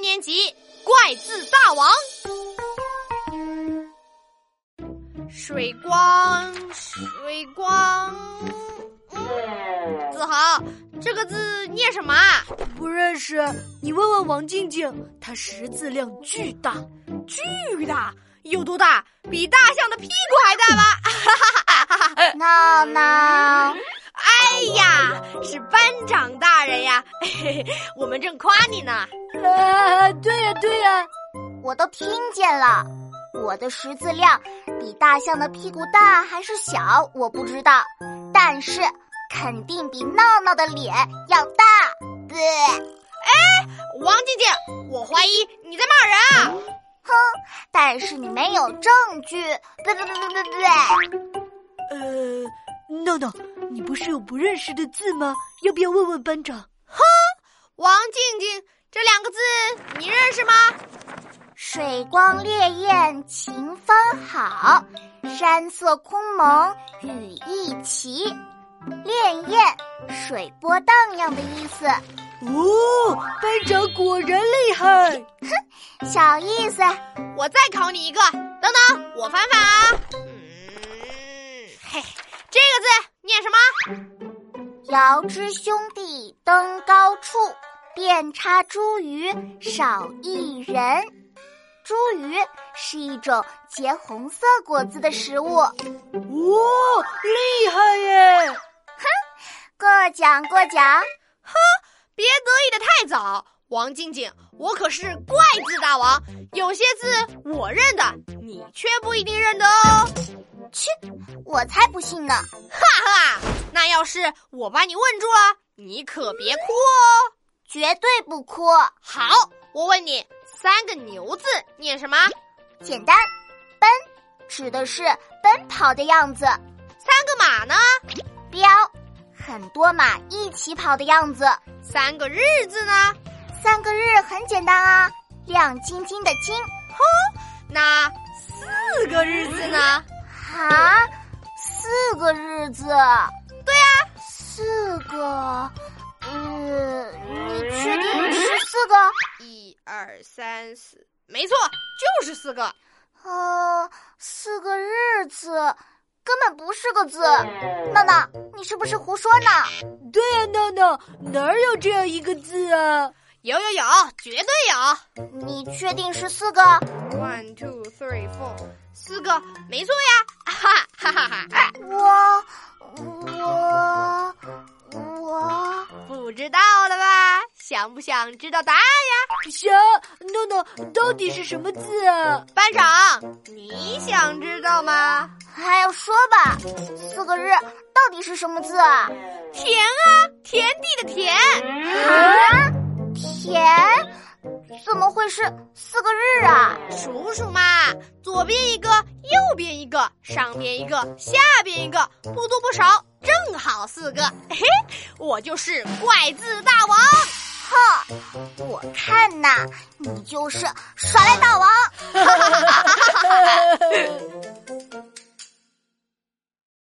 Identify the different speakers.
Speaker 1: 年级怪字大王。水光，水光，嗯，子豪，这个字念什么啊？
Speaker 2: 不认识，你问问王静静，她识字量巨大，巨大
Speaker 1: 有多大？比大象的屁股还大吧？
Speaker 3: 闹闹，
Speaker 1: 哎呀，是班长大人呀， 嘿嘿，我们正夸你呢。
Speaker 2: 啊！对呀、对呀、
Speaker 3: 我都听见了。我的识字量比大象的屁股大还是小，我不知道，但是肯定比闹闹的脸要大。对，
Speaker 1: 王静静，我怀疑你在骂人啊！
Speaker 3: 但是你没有证据。对对对对对对，
Speaker 2: 呃，闹闹，你不是有不认识的字吗？要不要问问班长？
Speaker 1: 王静静，这两个字你认识吗？
Speaker 3: 水光潋滟晴方好，山色空蒙雨亦奇。潋滟，水波荡漾的意思，
Speaker 2: 哦，班长果然厉害。
Speaker 3: 小意思。
Speaker 1: 我再考你一个，等等，我翻翻啊。嗯，嘿，这个字念什么？
Speaker 3: 遥知兄弟登高处，遍插茱萸少一人。茱萸是一种结红色果子的食物。
Speaker 2: 哦，厉害耶！
Speaker 3: 过奖过奖，
Speaker 1: 别得意的太早，王静静，我可是怪字大王，有些字我认得，你却不一定认得哦。
Speaker 3: 我才不信呢。
Speaker 1: 哈哈，那要是我把你问住了，你可别哭哦。
Speaker 3: 绝对不哭，
Speaker 1: 好，我问你，三个牛字念什么？
Speaker 3: 简单。奔指的是奔跑的样子，
Speaker 1: 三个马呢？
Speaker 3: 彪很多马一起跑的样子。
Speaker 1: 三个日字呢？
Speaker 3: 三个日很简单啊，亮晶晶的晶
Speaker 1: 那四个日字呢？
Speaker 3: 啊，四个日子。对啊，四个，呃，你确定是四个？
Speaker 1: 一二三四，没错，就是四个。
Speaker 3: 呃，四个日子根本不是个字。闹闹，你是不是胡说呢？
Speaker 2: 对呀、闹闹，哪儿有这样一个字啊？
Speaker 1: 有有有，绝对有。
Speaker 3: 你确定是四个？
Speaker 1: One two three four，四个，没错呀，啊哈哈哈哈哈。
Speaker 2: 哎
Speaker 3: 我我我
Speaker 1: 不知道了吧？想不想知道答案？
Speaker 2: 想，闹闹到底是什么字啊？
Speaker 1: 班长，你想知道吗？
Speaker 3: 还要说吧，四个日到底是什么字啊？
Speaker 1: 田啊，田地的田。
Speaker 3: 啊，田？怎么会是四个日啊？
Speaker 1: 数数嘛，左边一个，右边一个，上边一个，下边一个，不多不少，正好四个。嘿嘿，我就是怪字大王。
Speaker 3: 我看呐，你就是耍赖大王。